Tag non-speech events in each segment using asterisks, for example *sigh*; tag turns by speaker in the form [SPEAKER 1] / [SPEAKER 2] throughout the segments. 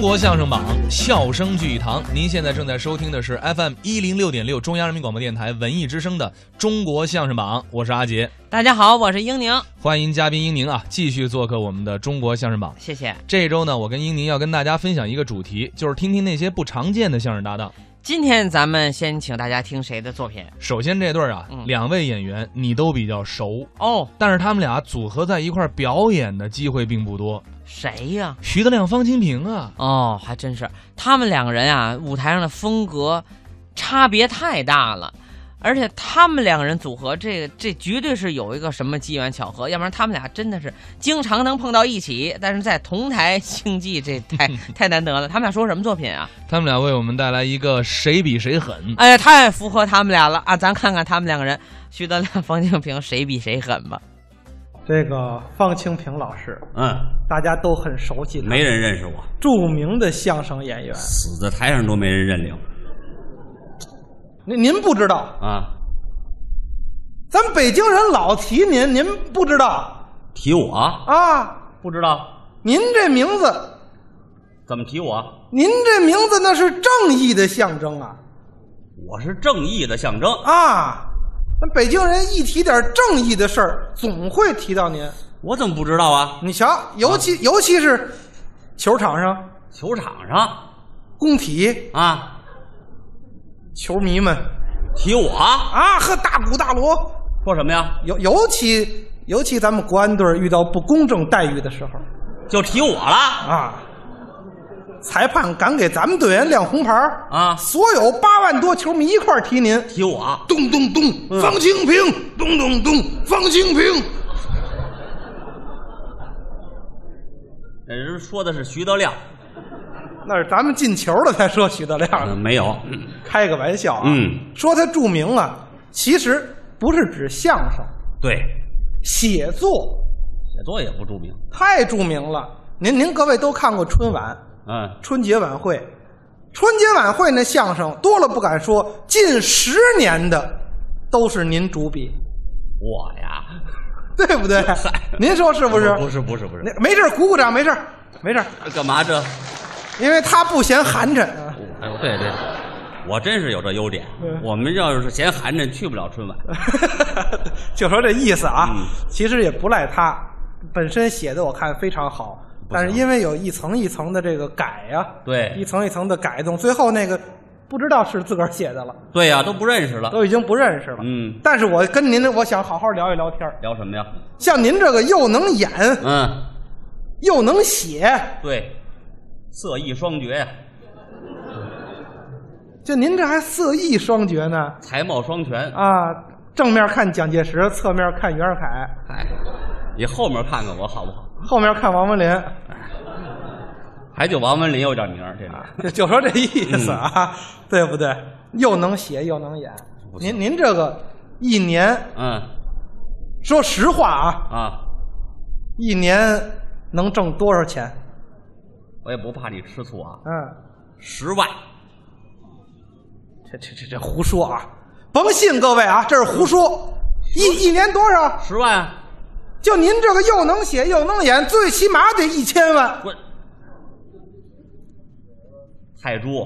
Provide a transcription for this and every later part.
[SPEAKER 1] 国相声榜，笑声聚一堂。您现在正在收听的是 FM 一零六点六，中央人民广播电台文艺之声的《中国相声榜》，我是阿杰。
[SPEAKER 2] 大家好，我是英宁，
[SPEAKER 1] 欢迎嘉宾英宁啊，继续做客我们的《中国相声榜》。
[SPEAKER 2] 谢谢。
[SPEAKER 1] 这周呢，我跟英宁要跟大家分享一个主题，就是听听那些不常见的相声搭档。
[SPEAKER 2] 今天咱们先请大家听谁的作品？
[SPEAKER 1] 首先这对儿啊，
[SPEAKER 2] 嗯
[SPEAKER 1] 两位演员你都比较熟，
[SPEAKER 2] 哦，
[SPEAKER 1] 但是他们俩组合在一块儿表演的机会并不多。
[SPEAKER 2] 谁呀？
[SPEAKER 1] 徐德亮、方清平啊，
[SPEAKER 2] 哦，还真是，他们两个人啊，舞台上的风格差别太大了，而且他们两个人组合，这个这绝对是有一个什么机缘巧合，要不然他们俩真的是经常能碰到一起，但是在同台竞技，这 *laughs* 太太难得了。他们俩说什么作品啊？
[SPEAKER 1] 他们俩为我们带来一个谁比谁狠。
[SPEAKER 2] 哎呀，太符合他们俩了啊！咱看看他们两个人，徐德亮、方清平谁比谁狠吧。
[SPEAKER 3] 这个方清平老师，
[SPEAKER 4] 嗯，
[SPEAKER 3] 大家都很熟悉他，
[SPEAKER 4] 没人认识我，
[SPEAKER 3] 著名的相声演员。
[SPEAKER 4] 死在台上都没人认领
[SPEAKER 3] 您您不知道，
[SPEAKER 4] 啊！
[SPEAKER 3] 咱北京人老提您，您不知道
[SPEAKER 4] 提我
[SPEAKER 3] 啊？
[SPEAKER 4] 不知道
[SPEAKER 3] 您这名字，
[SPEAKER 4] 怎么提我？
[SPEAKER 3] 您这名字那是正义的象征啊
[SPEAKER 4] 我是正义的象征。
[SPEAKER 3] 啊！咱北京人一提点正义的事儿，总会提到您。
[SPEAKER 4] 我怎么不知道啊？
[SPEAKER 3] 你瞧，尤其尤其是球场上，
[SPEAKER 4] 球场上
[SPEAKER 3] 工体
[SPEAKER 4] 啊，
[SPEAKER 3] 球迷们
[SPEAKER 4] 提我
[SPEAKER 3] 啊，和大鼓大锣，
[SPEAKER 4] 说什么呀？
[SPEAKER 3] 尤尤其尤其咱们国安队遇到不公正待遇的时候
[SPEAKER 4] 就提我了
[SPEAKER 3] 啊，裁判敢给咱们队员亮红牌儿，
[SPEAKER 4] 啊？
[SPEAKER 3] 所有八万多球迷一块儿踢您，嗯
[SPEAKER 4] 提我？
[SPEAKER 3] 咚咚咚，方清平，咚咚咚，方清平，
[SPEAKER 4] 那人说的是徐德亮，
[SPEAKER 3] 那是咱们进球了才说许德
[SPEAKER 4] 嗯
[SPEAKER 3] 亮，
[SPEAKER 4] 没有。
[SPEAKER 3] 开个玩笑啊，
[SPEAKER 4] 嗯，
[SPEAKER 3] 说他著名啊，其实不是指相声，
[SPEAKER 4] 对，
[SPEAKER 3] 写作
[SPEAKER 4] 写作也不著名。
[SPEAKER 3] 太著名了，您您各位都看过春晚。
[SPEAKER 4] 嗯，
[SPEAKER 3] 春节晚会，春节晚会那相声多了不敢说，近十年的都是您主笔， *laughs*
[SPEAKER 4] 我呀，
[SPEAKER 3] 对不对？您说是不是？
[SPEAKER 4] 不是，不是，不是。
[SPEAKER 3] 那没事儿，鼓鼓掌，没事儿，没事儿，
[SPEAKER 4] 干嘛这？
[SPEAKER 3] 因为他不嫌寒碜
[SPEAKER 4] *laughs*
[SPEAKER 3] 啊。
[SPEAKER 4] 哎呦，对对，我真是有这优点。我们要是嫌寒碜，去不了春晚。
[SPEAKER 3] 就说这意思啊，
[SPEAKER 4] 嗯
[SPEAKER 3] 其实也不赖他，本身写的我看非常好，
[SPEAKER 4] 不错
[SPEAKER 3] 但是因为有一层一层的这个改呀、一
[SPEAKER 4] 对
[SPEAKER 3] 层一层的改动，最后那个不知道是自个儿写的了，
[SPEAKER 4] 对呀、都不认识了。
[SPEAKER 3] *laughs* 都已经不认识了。
[SPEAKER 4] 嗯，
[SPEAKER 3] 但是我跟您，我想好好聊一聊天儿
[SPEAKER 4] 聊什么呀？
[SPEAKER 3] 像您这个又能演
[SPEAKER 4] 嗯，
[SPEAKER 3] 又能写，
[SPEAKER 4] 对，色艺双绝呀，
[SPEAKER 3] 就您这还色艺双绝呢
[SPEAKER 4] 才貌双全。
[SPEAKER 3] 啊！正面看蒋介石，侧面看袁世凯，
[SPEAKER 4] 哎，你后面看看我好不好？
[SPEAKER 3] 后面看王文林，啊
[SPEAKER 4] 还就王文林有点名儿，这个
[SPEAKER 3] 就就说这意思
[SPEAKER 4] 嗯
[SPEAKER 3] 啊，对不对？又能写又能演，
[SPEAKER 4] 不错
[SPEAKER 3] 您您这个一年，
[SPEAKER 4] 嗯
[SPEAKER 3] 说实话啊，
[SPEAKER 4] 啊，
[SPEAKER 3] 一年能挣多少钱？
[SPEAKER 4] 我也不怕你吃醋啊，
[SPEAKER 3] 嗯，
[SPEAKER 4] 十万
[SPEAKER 3] 这这这这胡说啊！甭信各位啊，这是胡说。一一年多少？
[SPEAKER 4] 十万啊，
[SPEAKER 3] 就您这个又能写又能演，最起码得一千万。
[SPEAKER 4] 我泰铢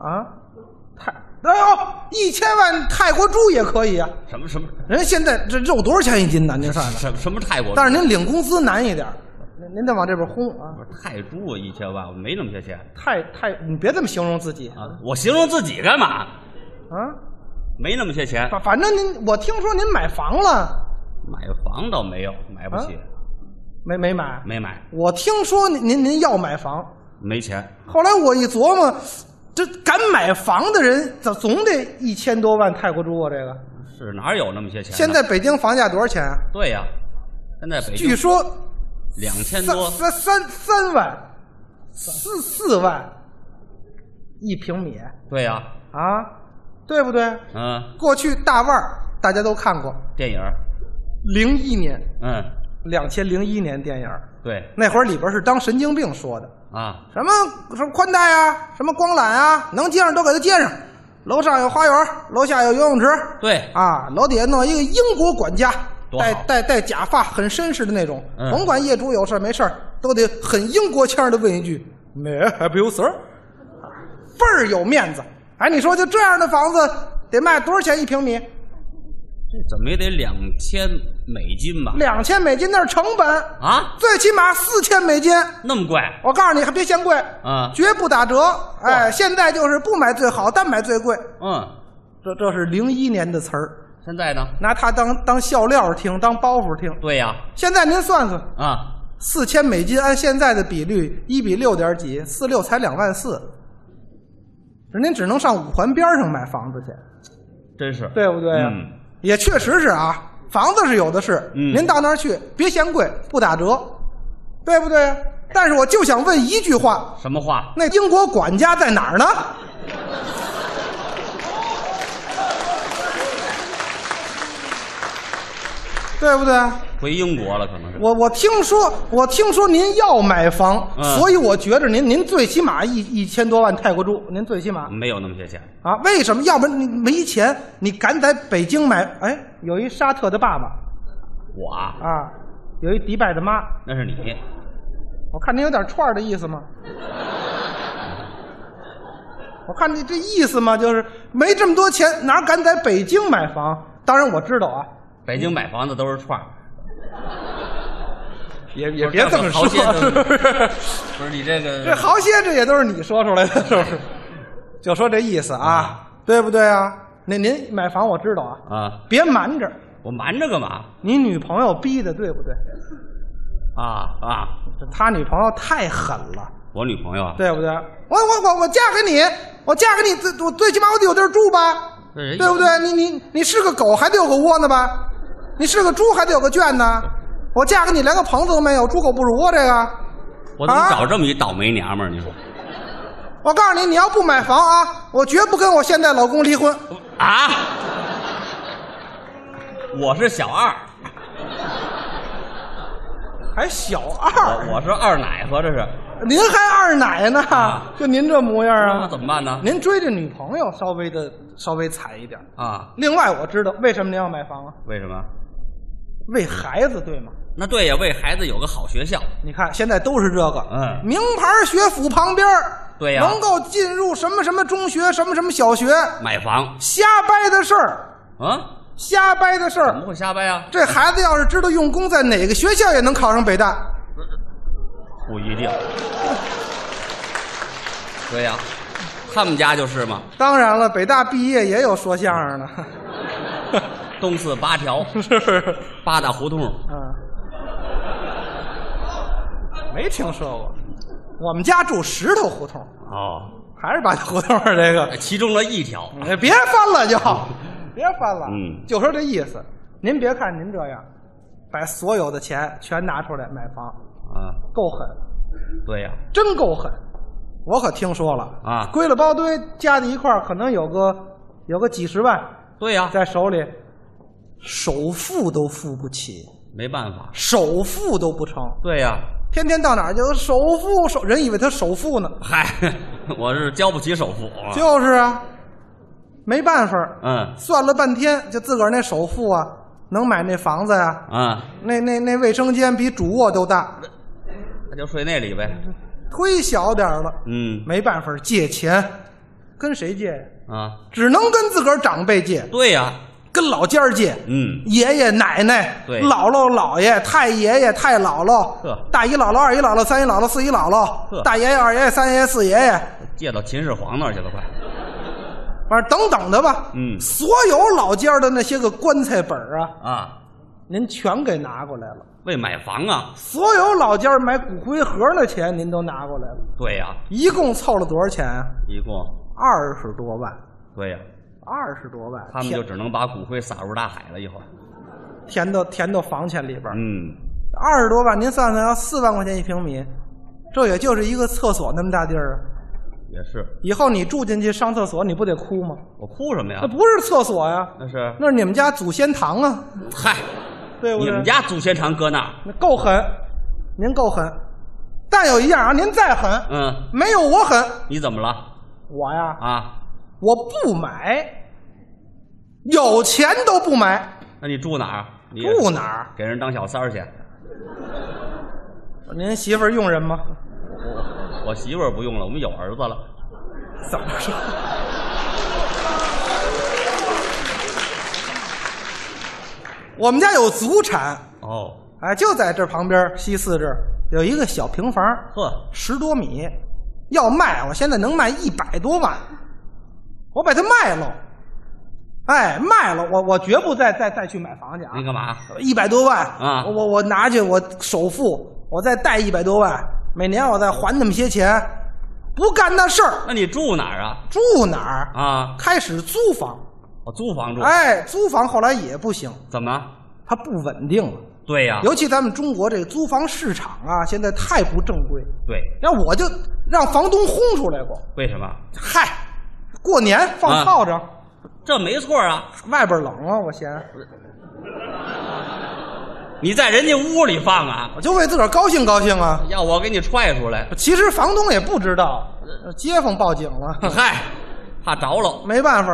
[SPEAKER 3] 啊，泰哎呦，一千万泰国猪也可以啊！
[SPEAKER 4] 什么什么
[SPEAKER 3] 人家现在这肉多少钱一斤呢？您算算。
[SPEAKER 4] 什么什么泰国？
[SPEAKER 3] 但是您领工资难一点儿，您您得往这边轰啊！
[SPEAKER 4] 不是泰铢一千万，我没那么些钱
[SPEAKER 3] 太太，你别这么形容自己啊！
[SPEAKER 4] 啊，我形容自己干嘛？没那么些钱，
[SPEAKER 3] 反反正您，我听说您买房了，
[SPEAKER 4] 买房倒没有，买不起，
[SPEAKER 3] 啊没没买？
[SPEAKER 4] 没买，
[SPEAKER 3] 我听说您您您要买房，
[SPEAKER 4] 没钱。
[SPEAKER 3] 后来我一琢磨，这敢买房的人，怎总得一千多万泰国铢啊！这个
[SPEAKER 4] 是哪有那么些钱呢？
[SPEAKER 3] 现在北京房价多少钱啊？
[SPEAKER 4] 对呀、现在北京
[SPEAKER 3] 据说
[SPEAKER 4] 两千
[SPEAKER 3] 三
[SPEAKER 4] 多，
[SPEAKER 3] 三三三万，四四万一平米
[SPEAKER 4] 对呀、
[SPEAKER 3] 啊，对不对？
[SPEAKER 4] 嗯，
[SPEAKER 3] 过去大腕儿大家都看过，
[SPEAKER 4] 电影儿，
[SPEAKER 3] 零一年，
[SPEAKER 4] 嗯，
[SPEAKER 3] 两千零一年电影儿
[SPEAKER 4] 对
[SPEAKER 3] 那会儿里边是当神经病说的，
[SPEAKER 4] 啊，
[SPEAKER 3] 什么什么宽带啊，什么光缆啊，能接上都给它接上，楼上有花园，楼下有游泳池，
[SPEAKER 4] 对，
[SPEAKER 3] 啊，楼底下弄一个英国管家，
[SPEAKER 4] 多
[SPEAKER 3] 戴
[SPEAKER 4] 好
[SPEAKER 3] 戴戴假发，很绅士的那种。
[SPEAKER 4] 嗯
[SPEAKER 3] 甭管业主有事儿没事儿，都得很英国腔的问一句 “May I help you, sir？” 倍儿有面子。哎，你说就这样的房子得卖多少钱一平米？
[SPEAKER 4] 这怎么也得两千美金吧？
[SPEAKER 3] 两千美金那是成本，
[SPEAKER 4] 啊，
[SPEAKER 3] 最起码四千美金。
[SPEAKER 4] 那么贵
[SPEAKER 3] 我告诉你，还别嫌贵，
[SPEAKER 4] 啊？
[SPEAKER 3] 绝不打折。哎，现在就是不买最好，但买最贵。
[SPEAKER 4] 嗯，
[SPEAKER 3] 这这是零一年的词儿，
[SPEAKER 4] 现在呢？
[SPEAKER 3] 拿它当当笑料听，当包袱听。
[SPEAKER 4] 对呀、
[SPEAKER 3] 现在您算算，
[SPEAKER 4] 啊，
[SPEAKER 3] 四千美金按现在的比率一比六点几，四六才两万四，您只能上五环边上买房子去，
[SPEAKER 4] 真是
[SPEAKER 3] 对不对啊呀、
[SPEAKER 4] 嗯
[SPEAKER 3] 也确实是啊，房子是有的是，
[SPEAKER 4] 嗯
[SPEAKER 3] 您到那儿去别嫌贵，不打折，对不对呀？但是我就想问一句话，
[SPEAKER 4] 什么话？
[SPEAKER 3] 那英国管家在哪儿呢？对不对？
[SPEAKER 4] 回英国了，可能是
[SPEAKER 3] 我我听说，我听说您要买房，
[SPEAKER 4] 嗯
[SPEAKER 3] 所以我觉着您您最起码一一千多万泰国铢，您最起码
[SPEAKER 4] 没有那么些钱。
[SPEAKER 3] 啊？为什么？要不然你没钱，你敢在北京买？哎，有一沙特的爸爸
[SPEAKER 4] 我啊
[SPEAKER 3] 啊，有一迪拜的妈，
[SPEAKER 4] 那是你，
[SPEAKER 3] 我看您有点串儿的意思吗？我看这这意思嘛，就是没这么多钱，哪敢在北京买房？当然我知道啊，
[SPEAKER 4] 北京买房子都是串儿。
[SPEAKER 3] 也
[SPEAKER 4] 也
[SPEAKER 3] 别这么说， *laughs* 是不是？
[SPEAKER 4] *laughs* 不是你这个
[SPEAKER 3] 这好些，这也都是你说出来的，是不是？就说这意思啊，对不对啊？那您买房我知道啊，
[SPEAKER 4] 啊，
[SPEAKER 3] 别瞒着，
[SPEAKER 4] 我瞒着干嘛？
[SPEAKER 3] 你女朋友逼的，对不对？
[SPEAKER 4] 啊啊，
[SPEAKER 3] 他女朋友太狠了，
[SPEAKER 4] 我女朋友啊，
[SPEAKER 3] 对不对？我我我我嫁给你，我嫁给你，最我最起码我得有地儿住吧，
[SPEAKER 4] 这人
[SPEAKER 3] 对不对？你你你是个狗还得有个窝呢吧？你是个猪还得有个圈呢？我嫁给你连个棚子都没有，猪狗不如啊！这个，
[SPEAKER 4] 我怎么
[SPEAKER 3] 啊
[SPEAKER 4] 找这么一倒霉娘们儿？你说
[SPEAKER 3] 我告诉你，你要不买房啊，我绝不跟我现在老公离婚。
[SPEAKER 4] 啊？我是小二，
[SPEAKER 3] 还小二，
[SPEAKER 4] 我我是二奶合着是，
[SPEAKER 3] 您还二奶呢，就您这模样
[SPEAKER 4] 啊那
[SPEAKER 3] 啊？
[SPEAKER 4] 怎么办呢？
[SPEAKER 3] 您追这女朋友稍微的稍微惨一点。
[SPEAKER 4] 啊，
[SPEAKER 3] 另外，我知道为什么您要买房啊？
[SPEAKER 4] 为什么？
[SPEAKER 3] 为孩子，对吗？
[SPEAKER 4] 那对呀，为孩子有个好学校，
[SPEAKER 3] 你看现在都是这个，
[SPEAKER 4] 嗯
[SPEAKER 3] 名牌学府旁边儿
[SPEAKER 4] 对呀
[SPEAKER 3] 能够进入什么什么中学，什么什么小学，
[SPEAKER 4] 买房
[SPEAKER 3] 瞎掰的事儿，
[SPEAKER 4] 啊？
[SPEAKER 3] 瞎掰的事
[SPEAKER 4] 怎么
[SPEAKER 3] 儿。
[SPEAKER 4] 会瞎掰啊？
[SPEAKER 3] 这孩子要是知道用功，在哪个学校也能考上北大。
[SPEAKER 4] 不一定。对呀，他们家就是嘛，
[SPEAKER 3] 当然了，北大毕业也有说相声的， *laughs*
[SPEAKER 4] 东四八条，
[SPEAKER 3] 是是是。
[SPEAKER 4] 八大胡同，
[SPEAKER 3] 嗯，没听说过。我们家住石头胡同，
[SPEAKER 4] 哦，
[SPEAKER 3] 还是八大胡同儿这个，
[SPEAKER 4] 哎其中的一条，
[SPEAKER 3] 你哎别翻了就，别翻了。
[SPEAKER 4] 嗯
[SPEAKER 3] 就说这意思。您别看您这样，把所有的钱全拿出来买房，
[SPEAKER 4] 啊，
[SPEAKER 3] 够狠，
[SPEAKER 4] 对呀，
[SPEAKER 3] 真够狠。我可听说了
[SPEAKER 4] 啊
[SPEAKER 3] 归了包堆加在一块儿，可能有个有个几十万
[SPEAKER 4] 对呀，
[SPEAKER 3] 在手里，首付都付不起，
[SPEAKER 4] 没办法，
[SPEAKER 3] 首付都不成。
[SPEAKER 4] 对呀，
[SPEAKER 3] 天天到哪儿就首付首，人以为他首付呢，
[SPEAKER 4] 嗨，我是交不起首付啊，
[SPEAKER 3] 就是啊，没办法儿，
[SPEAKER 4] 嗯
[SPEAKER 3] 算了半天，就自个儿那首付啊，能买那房子呀、
[SPEAKER 4] 啊，
[SPEAKER 3] 那那那卫生间比主卧都大，
[SPEAKER 4] 那就睡那里呗，
[SPEAKER 3] 忒小点儿了，
[SPEAKER 4] 嗯
[SPEAKER 3] 没办法儿借钱，跟谁借呀？
[SPEAKER 4] 啊，
[SPEAKER 3] 只能跟自个儿长辈借，
[SPEAKER 4] 对呀，
[SPEAKER 3] 跟老尖儿借，
[SPEAKER 4] 嗯，
[SPEAKER 3] 爷爷奶奶、
[SPEAKER 4] 对
[SPEAKER 3] 姥姥姥爷、太爷爷太姥
[SPEAKER 4] 呵
[SPEAKER 3] 姥、大姨姥姥、二姨姥姥、三姨姥姥、四姨姥姥、
[SPEAKER 4] 呵
[SPEAKER 3] 大爷爷、二爷爷、三爷爷、四爷爷。
[SPEAKER 4] 借到秦始皇那儿去了，快，
[SPEAKER 3] 反正等等的吧。
[SPEAKER 4] 嗯
[SPEAKER 3] 所有老家的那些个棺材本儿啊，
[SPEAKER 4] 啊，
[SPEAKER 3] 您全给拿过来了。
[SPEAKER 4] 为买房啊，
[SPEAKER 3] 所有老家买骨灰盒的钱您都拿过来了，
[SPEAKER 4] 对呀，
[SPEAKER 3] 一共凑了多少钱啊？
[SPEAKER 4] 一共，
[SPEAKER 3] 二十多万，
[SPEAKER 4] 对呀，
[SPEAKER 3] 二十多万。
[SPEAKER 4] 他们就只能把骨灰撒入大海了，一会儿，
[SPEAKER 3] 填填到填到房钱里边儿，
[SPEAKER 4] 嗯，
[SPEAKER 3] 二十多万，您算算要四万块钱一平米，这也就是一个厕所那么大地儿啊。
[SPEAKER 4] 也是，
[SPEAKER 3] 以后你住进去上厕所，你不得哭吗？
[SPEAKER 4] 我哭什么呀
[SPEAKER 3] 那？不是厕所呀，
[SPEAKER 4] 那是，
[SPEAKER 3] 那是你们家祖先堂啊，
[SPEAKER 4] 嗨，
[SPEAKER 3] 对不对？
[SPEAKER 4] 你们家祖先堂搁那儿，
[SPEAKER 3] 那够狠，您够狠，但有一样啊，您再狠，
[SPEAKER 4] 嗯，
[SPEAKER 3] 没有我狠。
[SPEAKER 4] 你怎么了
[SPEAKER 3] 我呀，
[SPEAKER 4] 啊？
[SPEAKER 3] 我不买，有钱都不买。
[SPEAKER 4] 那你住哪儿？啊你也
[SPEAKER 3] 住哪儿？啊
[SPEAKER 4] 给人当小三儿去。
[SPEAKER 3] 您媳妇儿用人吗？
[SPEAKER 4] 我媳妇儿不用了，我们有儿子了。
[SPEAKER 3] 怎么说？我们家有祖产，
[SPEAKER 4] 哦，
[SPEAKER 3] 哎，就在这旁边西四这儿有一个小平房，
[SPEAKER 4] 呵，
[SPEAKER 3] 十多米，要卖我现在能卖一百多万，我把它卖了，哎，卖了，我我绝不再再再去买房去啊！
[SPEAKER 4] 您干嘛？
[SPEAKER 3] 一百多万
[SPEAKER 4] 啊
[SPEAKER 3] 我我我拿去，我首付，我再贷一百多万，每年我再还那么些钱，不干那事儿，
[SPEAKER 4] 那你住哪儿啊？
[SPEAKER 3] 住哪儿？
[SPEAKER 4] 啊，嗯
[SPEAKER 3] 开始租房，
[SPEAKER 4] 我租房住。
[SPEAKER 3] 哎，租房后来也不行，
[SPEAKER 4] 怎么？
[SPEAKER 3] 它不稳定了，
[SPEAKER 4] 对呀、
[SPEAKER 3] 尤其咱们中国这个租房市场啊，现在太不正规。
[SPEAKER 4] 对，
[SPEAKER 3] 那我就让房东轰出来过，
[SPEAKER 4] 为什么？
[SPEAKER 3] 嗨，过年
[SPEAKER 4] 啊
[SPEAKER 3] 放炮仗，
[SPEAKER 4] 这没错啊！
[SPEAKER 3] 外边冷啊，我嫌，
[SPEAKER 4] 你在人家屋里放啊，
[SPEAKER 3] 我就为自个儿高兴高兴啊。
[SPEAKER 4] 要我给你踹出来。
[SPEAKER 3] 其实房东也不知道，呃街坊报警了，
[SPEAKER 4] 嗨，怕着了。
[SPEAKER 3] 没办法，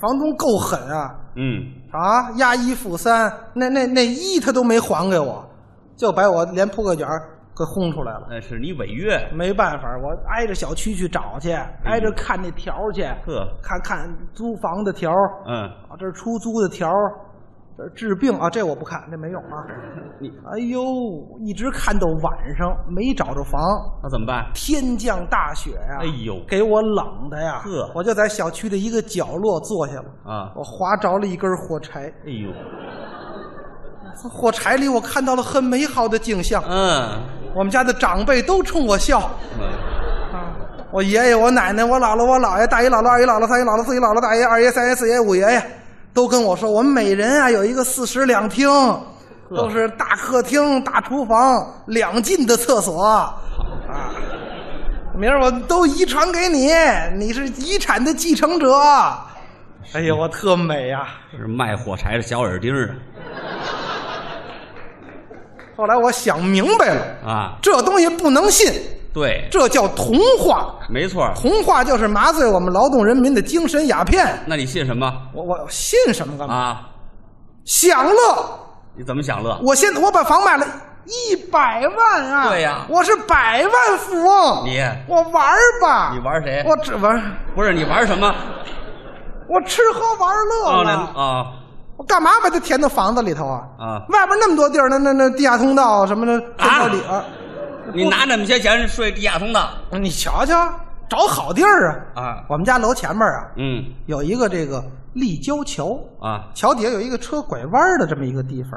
[SPEAKER 3] 房东够狠啊
[SPEAKER 4] 嗯，
[SPEAKER 3] 啊，押一付三，那那那一他都没还给我，就把我连铺盖卷儿给轰出来了。
[SPEAKER 4] 那是你违约。
[SPEAKER 3] 没办法，我挨着小区去找去，
[SPEAKER 4] 嗯
[SPEAKER 3] 挨着看那条儿去，
[SPEAKER 4] 呵，
[SPEAKER 3] 看看租房的条儿
[SPEAKER 4] 嗯，
[SPEAKER 3] 啊，这是出租的条儿，这是治病啊，这我不看，这没用啊。
[SPEAKER 4] 你
[SPEAKER 3] 哎呦，一直看到晚上没找着房，
[SPEAKER 4] 那怎么办？
[SPEAKER 3] 天降大雪呀、
[SPEAKER 4] 哎呦
[SPEAKER 3] 给我冷的呀！
[SPEAKER 4] 呵
[SPEAKER 3] 我就在小区的一个角落坐下了，
[SPEAKER 4] 啊，
[SPEAKER 3] 我划着了一根火柴，
[SPEAKER 4] 哎呦，
[SPEAKER 3] 从火柴里我看到了很美好的景象，
[SPEAKER 4] 嗯，
[SPEAKER 3] 我们家的长辈都冲我笑。
[SPEAKER 4] 嗯
[SPEAKER 3] 啊，我爷爷、我奶奶、我姥姥、我姥爷、大姨姥姥、二姨姥姥、三姨姥姥、四姨姥姥、大爷、二爷、三爷、四爷、五爷爷，都跟我说，我们每人啊有一个四室两厅，都是大客厅、大厨房、两进的厕所，啊，明儿我都遗传给你，你是遗产的继承者。哎呀，我特美呀、
[SPEAKER 4] 是卖火柴的小耳钉儿
[SPEAKER 3] 后来我想明白了，
[SPEAKER 4] 啊。
[SPEAKER 3] 这东西不能信，
[SPEAKER 4] 对，
[SPEAKER 3] 这叫童话。
[SPEAKER 4] 没错。
[SPEAKER 3] 童话就是麻醉我们劳动人民的精神鸦片。
[SPEAKER 4] 那你信什么
[SPEAKER 3] 我我信什么干嘛？
[SPEAKER 4] 啊？
[SPEAKER 3] 享乐！
[SPEAKER 4] 你怎么享乐？
[SPEAKER 3] 我现在我把房卖了一百万啊！
[SPEAKER 4] 对呀
[SPEAKER 3] 我是百万富翁。
[SPEAKER 4] 你
[SPEAKER 3] 我玩儿吧，
[SPEAKER 4] 你玩谁？
[SPEAKER 3] 我只玩，
[SPEAKER 4] 不是你玩什么？
[SPEAKER 3] 我吃喝玩乐
[SPEAKER 4] 哦，那
[SPEAKER 3] 了。
[SPEAKER 4] 啊
[SPEAKER 3] 我干嘛把它填到房子里头啊？
[SPEAKER 4] 啊！
[SPEAKER 3] 外边那么多地儿，那那那地下通道啊什么的，通道里啊，
[SPEAKER 4] 你拿那么些钱睡地下通道
[SPEAKER 3] 你瞧瞧，找好地儿啊！
[SPEAKER 4] 啊？
[SPEAKER 3] 我们家楼前面啊，
[SPEAKER 4] 嗯
[SPEAKER 3] 有一个这个立交桥，
[SPEAKER 4] 啊，
[SPEAKER 3] 桥底下有一个车拐弯的这么一个地方，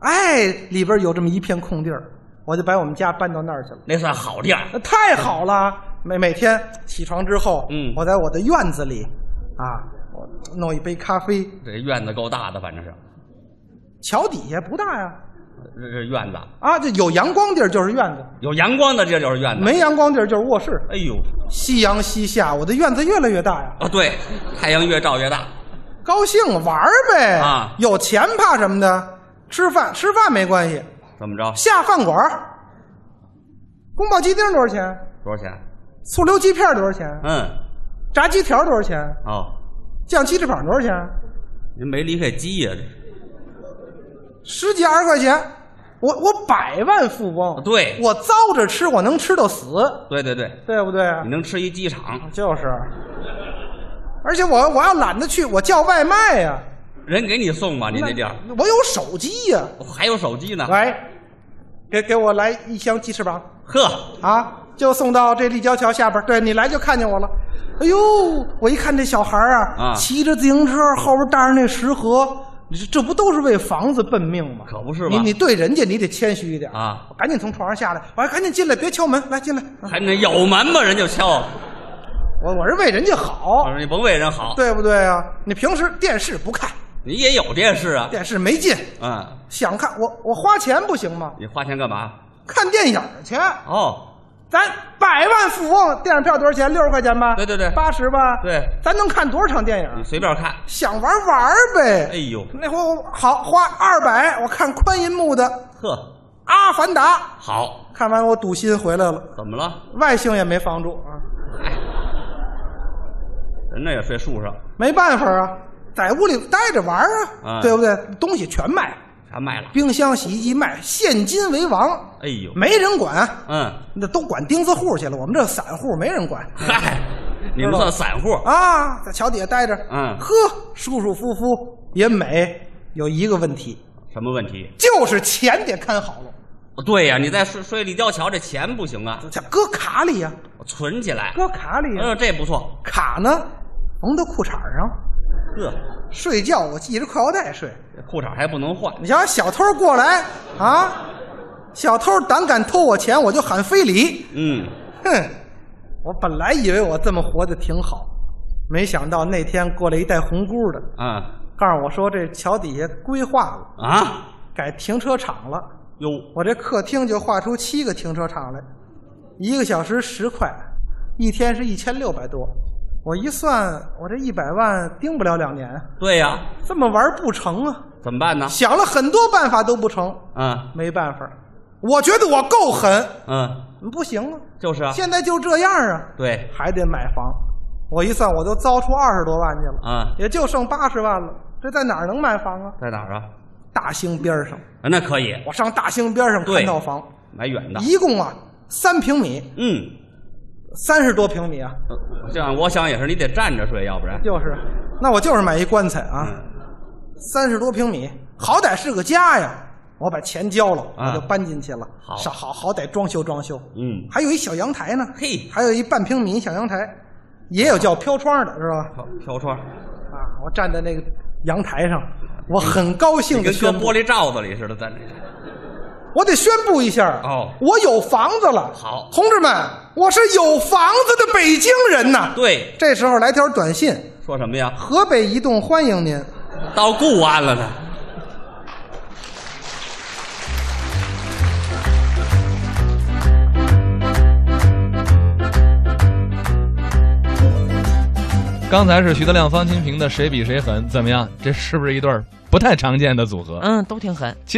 [SPEAKER 3] 哎，里边有这么一片空地儿，我就把我们家搬到那儿去了，
[SPEAKER 4] 那算好地儿。
[SPEAKER 3] 那太好了！每每天起床之后，
[SPEAKER 4] 嗯
[SPEAKER 3] 我在我的院子里，啊，我弄一杯咖啡，
[SPEAKER 4] 这院子够大的，反正是
[SPEAKER 3] 桥底下不大呀、
[SPEAKER 4] 这这院子
[SPEAKER 3] 啊，这有阳光地儿就是院子，
[SPEAKER 4] 有阳光的，这就是院子。
[SPEAKER 3] 没阳光地儿就是卧室。
[SPEAKER 4] 哎呦
[SPEAKER 3] 夕阳西下，我的院子越来越大呀，
[SPEAKER 4] 啊，对，太阳越照越大。
[SPEAKER 3] 高兴玩儿呗
[SPEAKER 4] 啊
[SPEAKER 3] 有钱怕什么的？吃饭吃饭没关系，
[SPEAKER 4] 怎么着？
[SPEAKER 3] 下饭馆儿，宫保鸡丁多少钱？
[SPEAKER 4] 多少钱？
[SPEAKER 3] 醋溜鸡片多少钱？
[SPEAKER 4] 嗯，
[SPEAKER 3] 炸鸡条多少钱？
[SPEAKER 4] 哦，
[SPEAKER 3] 酱鸡翅膀多少钱？
[SPEAKER 4] 您没离开鸡呀、这是
[SPEAKER 3] 十几二十块钱，我我百万富翁，
[SPEAKER 4] 啊对
[SPEAKER 3] 我糟着吃，我能吃到死，
[SPEAKER 4] 对对对，
[SPEAKER 3] 对不对？
[SPEAKER 4] 你能吃一鸡场，
[SPEAKER 3] 就是，而且我我要懒得去，我叫外卖呀、
[SPEAKER 4] 人给你送吧，你那地儿啊
[SPEAKER 3] 我有手机呀、
[SPEAKER 4] 我还有手机呢。
[SPEAKER 3] 喂，给给我来一箱鸡翅膀
[SPEAKER 4] 呵，
[SPEAKER 3] 啊，就送到这立交桥下边儿。对你来就看见我了。哎呦，我一看这小孩儿啊，
[SPEAKER 4] 啊
[SPEAKER 3] 骑着自行车后边搭着那食盒，你这这不都是为房子奔命吗？
[SPEAKER 4] 可不是
[SPEAKER 3] 你
[SPEAKER 4] 吗
[SPEAKER 3] 你对人家你得谦虚一点
[SPEAKER 4] 啊！
[SPEAKER 3] 我赶紧从床上下来，我还赶紧进来，别敲门，来进来。啊
[SPEAKER 4] 还那有门吗？人就敲。
[SPEAKER 3] 我我是为人家好
[SPEAKER 4] 我，说你甭为人好，
[SPEAKER 3] 对不对啊？你平时电视不看，
[SPEAKER 4] 你也有电视啊。
[SPEAKER 3] 电视没劲，
[SPEAKER 4] 嗯，
[SPEAKER 3] 想看我我花钱不行吗？
[SPEAKER 4] 你花钱干嘛？
[SPEAKER 3] 看电影去。
[SPEAKER 4] 哦，
[SPEAKER 3] 咱百万富翁电影票多少钱？六十块钱吧？
[SPEAKER 4] 对对对
[SPEAKER 3] 八十吧？
[SPEAKER 4] 对
[SPEAKER 3] 咱能看多少场电
[SPEAKER 4] 你
[SPEAKER 3] 影？啊
[SPEAKER 4] 啊随便看。
[SPEAKER 3] 想玩玩儿
[SPEAKER 4] 哎
[SPEAKER 3] 呗。
[SPEAKER 4] 呦，
[SPEAKER 3] 那会儿我好花二百，我看宽银幕的《
[SPEAKER 4] 呵，
[SPEAKER 3] 阿凡达》，
[SPEAKER 4] 好，
[SPEAKER 3] 看完我赌心回来了，
[SPEAKER 4] 怎么了？
[SPEAKER 3] 外星也没防住啊，
[SPEAKER 4] 人那也睡树上，
[SPEAKER 3] 没办法啊，在屋里待着玩儿啊，
[SPEAKER 4] 嗯
[SPEAKER 3] 对不对？东西全卖，
[SPEAKER 4] 他卖了。
[SPEAKER 3] 冰箱、洗衣机卖，现金为王，
[SPEAKER 4] 哎呦，
[SPEAKER 3] 没人管，
[SPEAKER 4] 嗯，
[SPEAKER 3] 那都管钉子户去了。我们这散户没人管
[SPEAKER 4] 嗨，你们算散户，
[SPEAKER 3] 啊，在桥底下待着，
[SPEAKER 4] 嗯
[SPEAKER 3] 呵，舒舒服服也美。有一个问题，
[SPEAKER 4] 什么问题？
[SPEAKER 3] 就是钱得看好了，
[SPEAKER 4] 对呀、你在睡睡立交桥这钱不行啊，
[SPEAKER 3] 这搁卡里呀、
[SPEAKER 4] 我存起来。
[SPEAKER 3] 搁卡里呀、
[SPEAKER 4] 嗯，这不错，
[SPEAKER 3] 卡呢缝到裤衩上。
[SPEAKER 4] 呵，
[SPEAKER 3] 睡觉我系着裤腰带睡，
[SPEAKER 4] 这裤衩还不能换。
[SPEAKER 3] 你瞧小偷过来啊，小偷胆敢偷我钱，我就喊非礼。
[SPEAKER 4] 嗯，
[SPEAKER 3] 哼，我本来以为我这么活得挺好，没想到那天过来一带红箍的，
[SPEAKER 4] 啊
[SPEAKER 3] 告诉我说这桥底下规划了，
[SPEAKER 4] 啊，
[SPEAKER 3] 改停车场了。
[SPEAKER 4] 哟，
[SPEAKER 3] 我这客厅就划出七个停车场来，一个小时十块，一天是一千六百多。我一算，我这一百万盯不了两年，
[SPEAKER 4] 对呀、
[SPEAKER 3] 这么玩不成啊！
[SPEAKER 4] 怎么办呢？
[SPEAKER 3] 想了很多办法都不成，
[SPEAKER 4] 嗯
[SPEAKER 3] 没办法，我觉得我够狠，
[SPEAKER 4] 嗯，
[SPEAKER 3] 不行啊，
[SPEAKER 4] 就是啊，
[SPEAKER 3] 现在就这样啊。
[SPEAKER 4] 对，
[SPEAKER 3] 还得买房。我一算，我都糟出二十多万去了，
[SPEAKER 4] 啊，
[SPEAKER 3] 也就剩八十万了。这在哪儿能买房啊？
[SPEAKER 4] 在哪儿啊？
[SPEAKER 3] 大兴边儿上，
[SPEAKER 4] 啊那可以
[SPEAKER 3] 我上大兴边儿上看
[SPEAKER 4] 对
[SPEAKER 3] 套房，
[SPEAKER 4] 买远的。
[SPEAKER 3] 一共啊三平米，
[SPEAKER 4] 嗯，
[SPEAKER 3] 三十多平米啊，
[SPEAKER 4] 呃这样我想也是，你得站着睡，要不然
[SPEAKER 3] 就是。那我就是买一棺材啊，
[SPEAKER 4] 嗯
[SPEAKER 3] 三十多平米，好歹是个家呀。我把钱交了，
[SPEAKER 4] 啊
[SPEAKER 3] 我就搬进去了。
[SPEAKER 4] 好
[SPEAKER 3] 是好好歹装修装修。
[SPEAKER 4] 嗯
[SPEAKER 3] 还有一小阳台呢，
[SPEAKER 4] 嘿
[SPEAKER 3] 还有一半平米小阳台，也有叫飘窗的，知道吧？
[SPEAKER 4] 飘飘窗，
[SPEAKER 3] 啊，我站在那个阳台上，我很高兴
[SPEAKER 4] 你
[SPEAKER 3] 的
[SPEAKER 4] 跟
[SPEAKER 3] 宣
[SPEAKER 4] 搁
[SPEAKER 3] 布
[SPEAKER 4] 玻，璃罩子里似的，在那
[SPEAKER 3] 我得宣布一下，
[SPEAKER 4] 哦
[SPEAKER 3] 我有房子了。
[SPEAKER 4] 好
[SPEAKER 3] 同志们，我是有房子的北京人呐。
[SPEAKER 4] 对，
[SPEAKER 3] 这时候来条短信：
[SPEAKER 4] 说什么呀？
[SPEAKER 3] 河北移动欢迎您。
[SPEAKER 4] 到固安了呢。
[SPEAKER 1] 刚才是徐德亮、方清平的《谁比谁狠》，怎么样？这是不是一对儿不太常见的组合？
[SPEAKER 2] 嗯，都挺狠。
[SPEAKER 1] 接